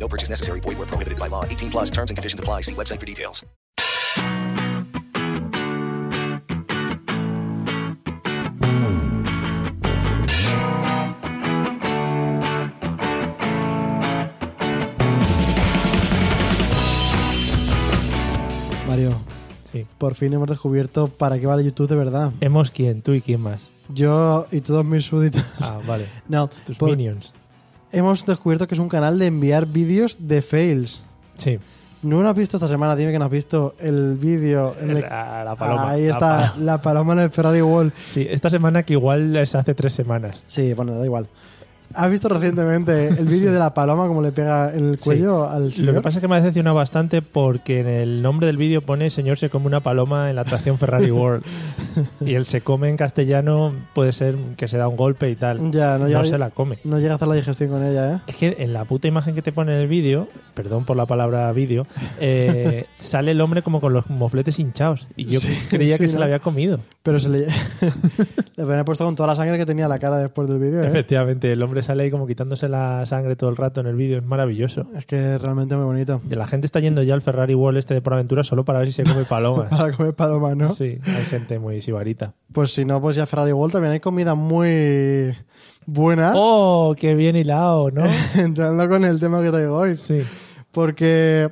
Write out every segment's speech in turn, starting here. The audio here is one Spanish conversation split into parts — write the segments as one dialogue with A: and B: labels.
A: No purchase necessary. Void where prohibited by law. 18 plus terms and conditions apply. See website for details.
B: Mario,
C: Sí.
B: por fin hemos descubierto para qué vale YouTube de verdad.
C: ¿Hemos quién? ¿Tú y quién más?
B: Yo y todos mis súbditos.
C: Ah, vale.
B: No,
C: Tus
B: por-
C: minions.
B: hemos descubierto que es un canal de enviar vídeos de fails.
C: Sí.
B: No lo has visto esta semana, dime que no has visto el vídeo. en el-
C: La, la paloma.
B: Ahí
C: la
B: está,
C: paloma.
B: la paloma en el Ferrari Wall.
C: Sí, esta semana que igual es hace tres semanas.
B: Sí, bueno, da igual. ¿Has visto recientemente el vídeo de la paloma como le pega en el cuello al señor?
C: Lo que pasa es que me ha decepcionado bastante porque en el nombre del vídeo pone Señor se come una paloma en la atracción Ferrari World. y el se come en castellano puede ser que se da un golpe y tal.
B: Mm, Ya, no, llega-
C: no se la come.
B: no llega a hacer la digestión con ella, ¿eh?
C: Es que en la puta imagen que te pone en el vídeo, perdón por la palabra vídeo, eh, sale el hombre como con los mofletes hinchados. Y yo
B: Sí,
C: creía que
B: sí,
C: se
B: ¿no?
C: la había comido.
B: Pero se le, le habían puesto con toda la sangre que tenía la cara después del vídeo. ¿eh?
C: Efectivamente, el hombre sale ahí como quitándose la sangre todo el rato en el vídeo, es maravilloso.
B: Es que es realmente muy bonito.
C: De la gente está yendo ya al Ferrari Wall este de por aventura solo para ver si se come palomas.
B: Para comer paloma, Ah, ¿no?
C: Sí, hay gente muy sibarita.
B: Pues si no, pues ya Ferrari World también hay comida muy buena.
C: ¡Oh, qué bien hilado, ¿no?
B: Entrando con el tema que traigo hoy.
C: Sí,
B: Porque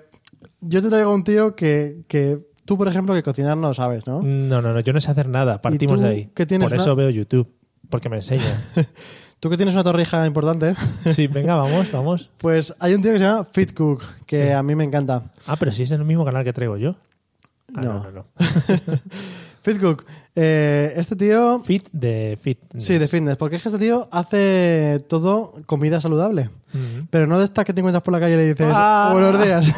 B: yo te traigo un tío que, que tú, por ejemplo, que cocinar no sabes, ¿no?
C: no, no, no, yo no sé hacer nada, partimos
B: tú
C: de ahí.
B: qué tienes,
C: por eso
B: no?
C: veo YouTube, porque me enseña.
B: Tú que tienes una torrija importante,
C: Sí, venga, vamos, vamos.
B: pues hay un tío que se llama Fitcook, que a mí me encanta.
C: Ah, pero sí es el mismo canal que traigo yo. Ah, no,
B: No.
C: no, no.
B: Fitcook, eh, este tío...
C: Fit de fit.
B: Sí, de fitness, porque es que este tío hace todo comida saludable. Pero no de esta que te encuentras por la calle y le dices,
C: Ah.
B: buenos días.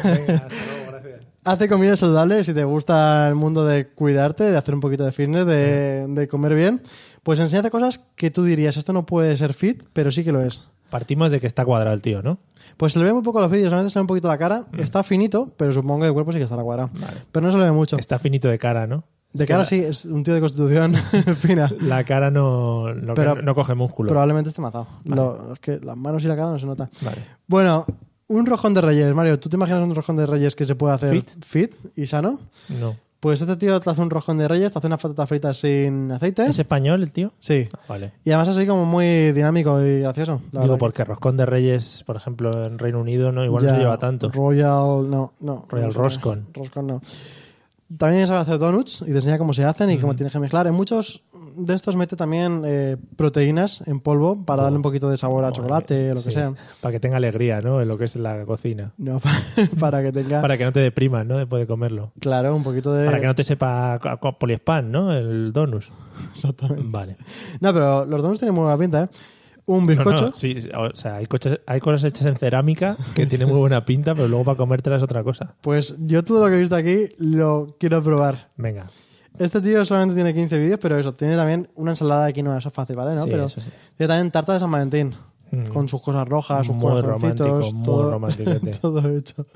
B: Hace comida saludable, si te gusta el mundo de cuidarte, de hacer un poquito de fitness, de, de comer bien, pues enséñate cosas que tú dirías, esto no puede ser fit, pero sí que lo es.
C: Partimos de que está cuadrado el tío, ¿no?
B: Pues se le ve muy poco a los vídeos, solamente se le ve un poquito la cara, está finito, pero supongo que el cuerpo sí que estará cuadrado. Pero no se le ve mucho.
C: Está finito de cara, ¿no?
B: De cara sí, es un tío de constitución fina.
C: La cara no, no-
B: Pero-
C: no coge músculo.
B: Probablemente esté matado. Lo- es que las manos y la cara no se nota.
C: Vale.
B: Bueno, un rojón de reyes, Mario. ¿Tú te imaginas un rojón de reyes que se puede hacer
C: Fit.
B: y sano?
C: No.
B: Pues este tío te hace un rojón de reyes, te hace una patata frita sin aceite.
C: ¿Es español el tío?
B: Sí.
C: Vale.
B: Y además así como muy dinámico y gracioso. la
C: Digo,
B: verdad.
C: porque Roscón de Reyes, por ejemplo, en Reino Unido, no igual
B: Ya,
C: no se lleva tanto.
B: Royal, no, no.
C: Royal
B: no sé.
C: Roscon.
B: Roscon no. También sabe hacer donuts y te enseña cómo se hacen y cómo tienes que mezclar. En muchos de estos mete también eh, proteínas en polvo para darle un poquito de sabor a chocolate o lo que
C: Sí.
B: sea.
C: Para que tenga alegría, ¿no? En lo que es la cocina.
B: No, para, para que tenga,
C: Para que no te deprimas, ¿no? Después de comerlo.
B: claro, un poquito de...
C: Para que no te sepa a- a- poliespan, ¿no? El donus. Exactamente. Vale.
B: No, pero los donuts tienen muy buena pinta, ¿eh? Un
C: No,
B: bizcocho.
C: no, sí, sí, o sea, hay, coches- hay cosas hechas en cerámica que tienen muy buena pinta, pero luego para comértela es otra cosa.
B: Pues yo todo lo que he visto aquí lo quiero probar.
C: Venga.
B: Este tío solamente tiene 15 vídeos, pero eso, tiene también una ensalada de quinoa, eso es fácil, ¿vale? ¿No?
C: Sí,
B: pero
C: eso sí.
B: tiene también tarta de San Valentín,
C: Mm.
B: con sus cosas rojas, sus
C: Muy
B: corazoncitos,
C: romántico, muy
B: todo,
C: romantiquete.
B: todo hecho.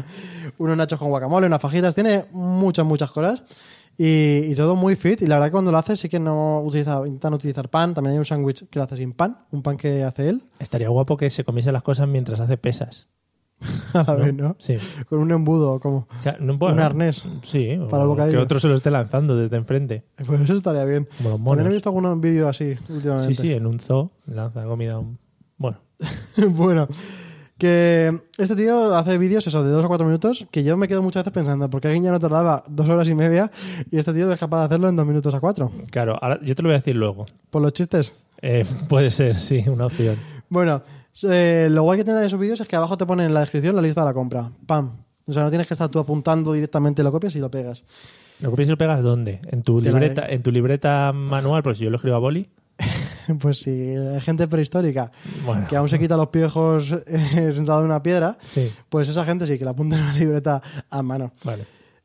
B: Unos nachos con guacamole, unas fajitas, tiene muchas, muchas cosas. Y, y todo muy fit, y la verdad que cuando lo hace sí que no utiliza, intentan utilizar pan, también hay un sándwich que lo hace sin pan, un pan que hace él,
C: Estaría guapo que se comiese las cosas mientras hace pesas.
B: a la vez, ¿no?
C: Sí.
B: Con un embudo, como...
C: O sea, no, bueno,
B: un arnés.
C: Sí, o
B: para el bocadillo.
C: que otro se lo esté lanzando desde enfrente.
B: Pues eso estaría bien.
C: Como los
B: También he
C: monos.
B: visto algunos vídeos así últimamente.
C: Sí, sí, en un zoo lanza comida. a un- Bueno,
B: bueno, que este tío hace vídeos, eso, de dos o cuatro minutos, que yo me quedo muchas veces pensando, porque alguien ya no tardaba dos horas y media y este tío es capaz de hacerlo en dos minutos a cuatro.
C: claro, ahora yo te lo voy a decir luego.
B: Por los chistes.
C: Eh, puede ser, sí, una opción.
B: Bueno, eh, lo guay que tiene de esos vídeos es que abajo te ponen en la descripción la lista de la compra. ¡Pam! O sea, no tienes que estar tú apuntando directamente, lo copias y lo pegas.
C: ¿Lo copias y lo pegas dónde? ¿En tu
B: Te la de-
C: libreta, en tu libreta manual? Pues yo lo escribo a boli.
B: Pues sí, hay gente prehistórica
C: Bueno.
B: que aún se quita los piejos eh, sentado en una piedra,
C: Sí.
B: pues esa gente sí que la apunta en una libreta a mano.
C: Vale.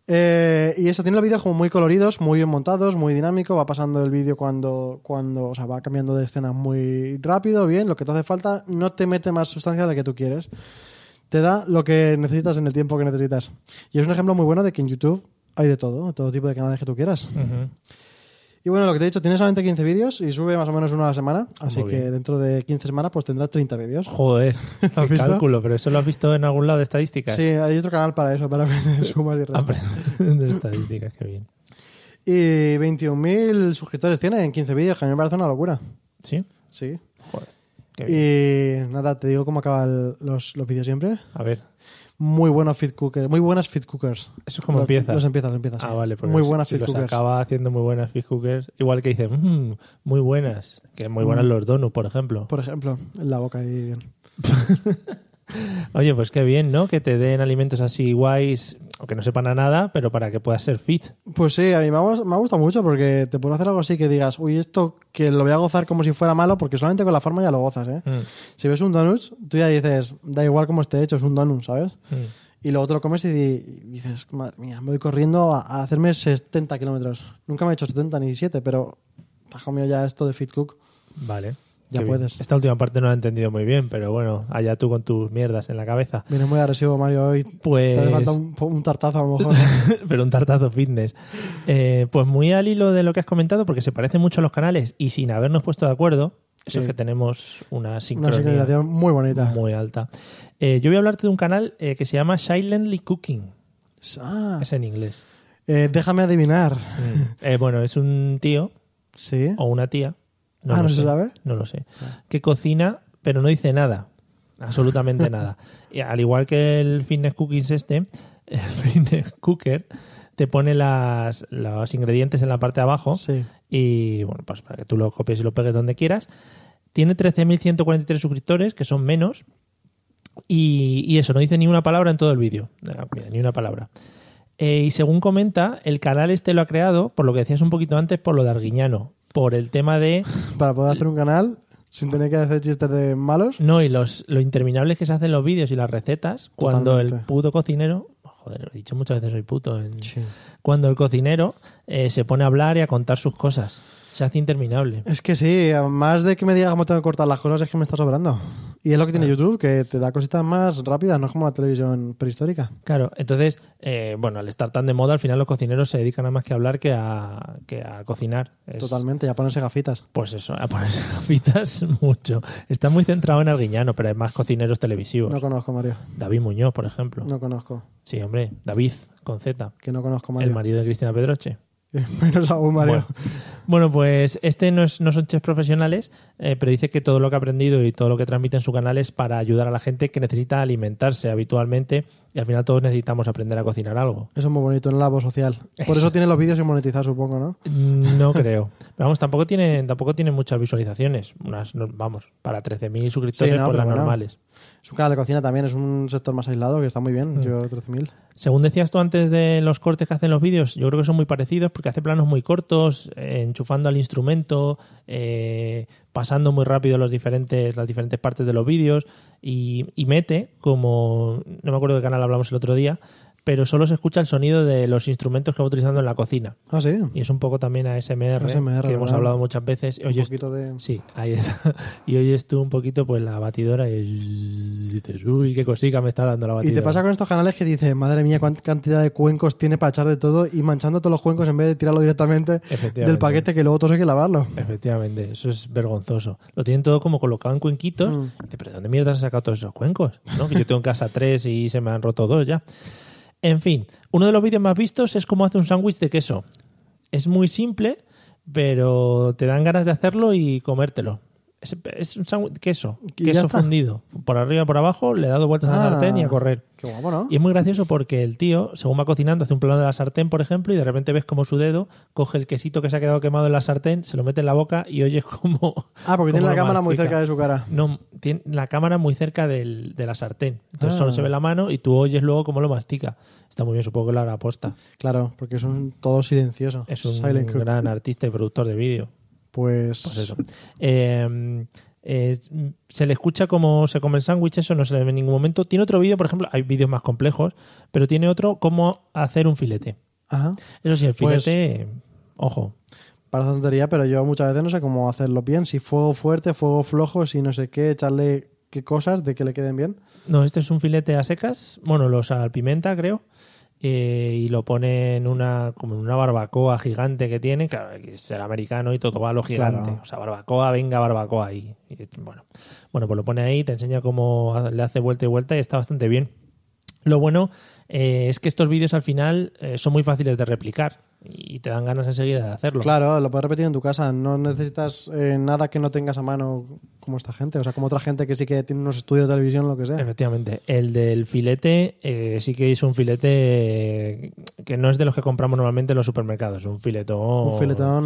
B: Eh, y eso, tiene los vídeos como muy coloridos, muy bien montados, muy dinámico. Va pasando el vídeo cuando, cuando, o sea, va cambiando de escena muy rápido, bien, lo que te hace falta. No te mete más sustancia de la que tú quieres. Te da lo que necesitas en el tiempo que necesitas. Y es un ejemplo muy bueno de que en YouTube hay de todo, todo tipo de canales que tú quieras.
C: Mm.
B: Y bueno, lo que te he dicho, tiene solamente 15 vídeos y sube más o menos uno a la semana. Así
C: Muy
B: que
C: bien.
B: dentro de 15 semanas pues tendrá 30 vídeos.
C: Joder, qué
B: visto?
C: cálculo, pero eso lo has visto en algún lado de estadísticas.
B: Sí, hay otro canal para eso, para aprender sumas y restas.
C: Aprende de estadísticas, qué bien.
B: Y 21.000 suscriptores tiene en 15 vídeos, que a mí me parece una locura.
C: ¿Sí?
B: Sí.
C: Joder, qué bien.
B: Y nada, te digo cómo acaban los, los vídeos siempre.
C: A ver,
B: Muy buenos feed cookers, muy buenas feed cookers.
C: eso es como
B: Los-
C: empieza.
B: Los empiezas, los empiezas.
C: Ah,
B: sí.
C: vale, porque
B: Muy
C: si-
B: buenas
C: si
B: feed
C: los
B: cookers.
C: acaba haciendo muy buenas fish cookers. Igual que dicen, "Mm, muy buenas. Que muy buenas
B: Mm.
C: los donuts, por ejemplo.
B: Por ejemplo, en la boca ahí bien.
C: Oye, pues qué bien, ¿no? Que te den alimentos así guays, aunque no sepan a nada, pero para que puedas ser fit.
B: Pues sí, a mí me ha, gust- me ha gustado mucho porque te puedo hacer algo así que digas, uy, esto que lo voy a gozar como si fuera malo, porque solamente con la forma ya lo gozas, ¿eh?
C: Mm,
B: Si ves un donut, tú ya dices, da igual cómo esté hecho, es un donut, ¿sabes?
C: mm.
B: Y luego te lo comes y, di- y dices, madre mía, me voy corriendo a, a hacerme 70 kilómetros. Nunca me he hecho 70 ni 7, pero te has comido ya esto de Fit Cook.
C: Vale.
B: Ya
C: Qué bien.
B: puedes.
C: Esta última parte no la he entendido muy bien, pero bueno, allá tú con tus mierdas en la cabeza.
B: Vienes muy agresivo, Mario, hoy.
C: Pues.
B: Te hace falta un, un tartazo a lo mejor.
C: pero un tartazo fitness. Eh, pues muy al hilo de lo que has comentado, porque se parecen mucho a los canales y sin habernos puesto de acuerdo, eso
B: Sí.
C: es que tenemos una
B: Una
C: sincronía
B: sincronización muy bonita.
C: muy alta. Eh, yo voy a hablarte de un canal eh, que se llama Silently Cooking,
B: Ah,
C: es en inglés.
B: eh, déjame adivinar.
C: Eh, bueno, es un tío
B: Sí.
C: o una tía, Oh, no,
B: Ah,
C: lo
B: ¿no se
C: sé,
B: sabe?
C: no lo sé, que cocina pero no dice nada, absolutamente nada. Y al igual que el fitness cookies este, el fitness cooker te pone las, los ingredientes en la parte de abajo
B: Sí.
C: y bueno, pues para que tú lo copies y lo pegues donde quieras. Tiene 13.143 suscriptores, que son menos. Y, y eso, no dice ni una palabra en todo el vídeo. de la comida, Ni una palabra. Eh, y según comenta, el canal este lo ha creado, por lo que decías un poquito antes, por lo de Arguiñano. Por el tema de.
B: Para poder hacer un canal sin tener que hacer chistes de malos.
C: No, y los, lo interminables que se hacen los vídeos y las recetas. Cuando el
B: Totalmente.
C: puto cocinero. Joder, lo he dicho muchas veces, soy puto. en- Cuando el cocinero eh, se pone a hablar y a contar sus cosas. Se hace interminable.
B: Es que sí, más de que me digas cómo tengo que cortar las cosas, es que me está sobrando. Y es lo que tiene YouTube, que te da cositas más rápidas, no es como la televisión prehistórica.
C: Claro, entonces, eh, bueno, al estar tan de moda, al final los cocineros se dedican a más que a hablar que a, que a cocinar. Es-
B: Totalmente, ya ponerse gafitas.
C: Pues eso, a ponerse gafitas mucho. Está muy centrado en Arguiñano, pero hay más cocineros televisivos.
B: No conozco, Mario.
C: David Muñoz, por ejemplo.
B: No conozco.
C: Sí, hombre, David, con Z.
B: Que no conozco,
C: El
B: Mario.
C: marido de Cristina Pedroche.
B: Menos aún, Mario.
C: Bueno, Bueno, pues este no, es- no son chefs profesionales, eh, pero dice que todo lo que ha aprendido y todo lo que transmite en su canal es para ayudar a la gente que necesita alimentarse habitualmente y al final todos necesitamos aprender a cocinar algo.
B: Eso es muy bonito, un labo social. Por
C: Eso.
B: eso tiene los vídeos sin monetizar, supongo, Mm, ¿no?
C: No creo. Pero vamos, tampoco tiene, tampoco tiene muchas visualizaciones. Unas, no- vamos, para 13.000 suscriptores,
B: Sí, no,
C: por las
B: pero bueno.
C: normales.
B: Es un canal de cocina también, es un sector más aislado que está muy bien.
C: Mm.
B: Yo 13.000.
C: Según decías tú antes de los cortes que hacen los vídeos, yo creo que son muy parecidos porque hace planos muy cortos, eh, enchufando al instrumento, eh, pasando muy rápido los diferentes, las diferentes partes de los vídeos y, y mete, como no me acuerdo de qué canal hablamos el otro día, pero solo se escucha el sonido de los instrumentos que va utilizando en la cocina.
B: Ah, sí.
C: Y es un poco también ASMR,
B: ASMR,
C: que hemos
B: ¿verdad?
C: hablado muchas veces.
B: un
C: Oye,
B: poquito de...
C: Sí, ahí está. Y oyes tú un poquito pues la batidora y dices, uy, qué cosica me está dando la
B: Y
C: batidora.
B: te pasa con estos canales que dices, madre mía, cuánta cantidad de cuencos tiene para echar de todo y manchando todos los cuencos en vez de tirarlo directamente
C: Efectivamente.
B: del paquete que luego todos hay que lavarlo.
C: Efectivamente, eso es vergonzoso. Lo tienen todo como colocado en cuenquitos.
B: Mm.
C: Y dice, pero ¿de dónde mierda has sacado todos esos cuencos? ¿No? Que yo tengo en casa tres y se me han roto dos ya. En fin, uno de los vídeos más vistos es cómo hace un sándwich de queso. Es muy simple, pero te dan ganas de hacerlo y comértelo. Es, es un sándwich de queso,
B: Y ya
C: queso
B: está.
C: fundido. Por arriba, por abajo, le he dado vueltas a la
B: Ah.
C: sartén y a correr.
B: Qué guapo, ¿no?
C: Y es muy gracioso porque el tío, según va cocinando, hace un plano de la sartén, por ejemplo, y de repente ves como su dedo coge el quesito que se ha quedado quemado en la sartén, se lo mete en la boca y oyes como.
B: Ah, porque tiene la cámara muy cerca de su cara.
C: No, tiene la cámara muy cerca del- de la sartén. Entonces
B: Ah.
C: solo se ve la mano y tú oyes luego cómo lo mastica. Está muy bien, supongo que lo hará aposta.
B: Claro, porque es un todo silencioso.
C: Es un
B: Silent cook.
C: gran artista y productor de vídeo.
B: Pues,
C: Pues eso. Eh, eh, se le escucha cómo se come el sándwich, eso no se le ve en ningún momento. Tiene otro vídeo, por ejemplo, hay vídeos más complejos, pero tiene otro cómo hacer un filete.
B: Ajá.
C: Eso sí, el
B: Pues-
C: filete, ojo.
B: Parece tontería, pero yo muchas veces no sé cómo hacerlo bien. Si fuego fuerte, fuego flojo, si no sé qué, echarle qué cosas de que le queden bien.
C: No, este es un filete a secas, bueno, lo salpimenta, creo, eh, y lo pone en una, como en una barbacoa gigante que tiene, claro, que es el americano y todo va a lo gigante.
B: Claro.
C: O sea, barbacoa, venga, barbacoa ahí. Y, bueno. bueno, pues lo pone ahí, te enseña cómo ha- le hace vuelta y vuelta y está bastante bien. Lo bueno eh, es que estos vídeos al final eh, son muy fáciles de replicar y te dan ganas enseguida de hacerlo.
B: Claro, lo puedes repetir en tu casa. No necesitas eh, nada que no tengas a mano como esta gente. O sea, como otra gente que sí que tiene unos estudios de televisión, lo que sea.
C: Efectivamente. El del filete eh, sí que es un filete eh, que no es de los que compramos normalmente en los supermercados. Un filetón.
B: Un filetón,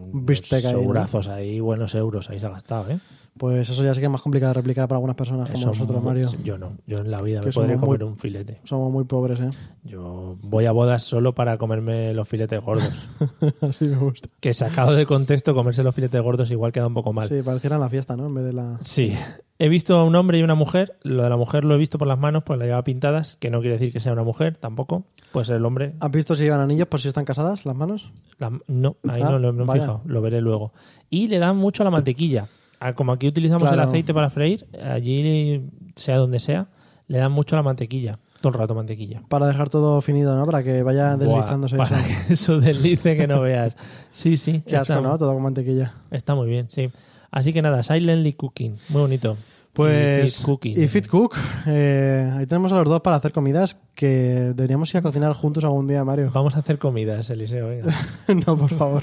C: unos
B: bistec ahí, ¿no?
C: Segurazos ahí, buenos euros, ahí se ha gastado, ¿eh?
B: pues eso ya sí que es más complicado de replicar para algunas personas como
C: Eso
B: nosotros,
C: mu-
B: Mario.
C: Yo no, yo en la vida
B: Que
C: me podré
B: somos muy-
C: comer un filete.
B: Somos muy pobres, ¿eh?
C: Yo voy a bodas solo para comerme los filetes gordos.
B: Así me gusta.
C: que sacado de contexto, comerse los filetes gordos igual queda un poco mal.
B: Sí, pareciera la fiesta, ¿no? En vez de la...
C: Sí. He visto a un hombre y una mujer. Lo de la mujer lo he visto por las manos, pues la lleva pintadas, que no quiere decir que sea una mujer tampoco. Puede ser el hombre.
B: ¿Has visto si llevan anillos por si están casadas las manos?
C: La- no, ahí
B: Ah,
C: no lo no me he
B: vaya.
C: fijado, lo veré luego. Y le dan mucho a la mantequilla. A- Como aquí utilizamos el
B: Claro.
C: aceite para freír, allí, sea donde sea, le dan mucho a la mantequilla. Todo el rato mantequilla.
B: Para dejar todo finido, ¿no? Para que vaya deslizándose
C: Buah, para
B: eso.
C: que eso deslice que no veas. Sí, sí,
B: Qué
C: está,
B: asco, ¿no? Todo con mantequilla.
C: está muy bien, sí. Así que nada, Silently Cooking, muy bonito.
B: Pues.
C: Y Fit Cooking.
B: Y Fit Cook. eh, ahí tenemos a los dos para hacer comidas que deberíamos ir a cocinar juntos algún día, Mario.
C: Vamos a hacer comidas, Eliseo, venga.
B: no, por favor.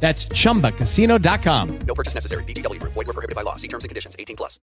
D: That's chumbacasino.com.
E: No purchase necessary. VGW Group. Void were prohibited by law. See terms and conditions. 18 plus.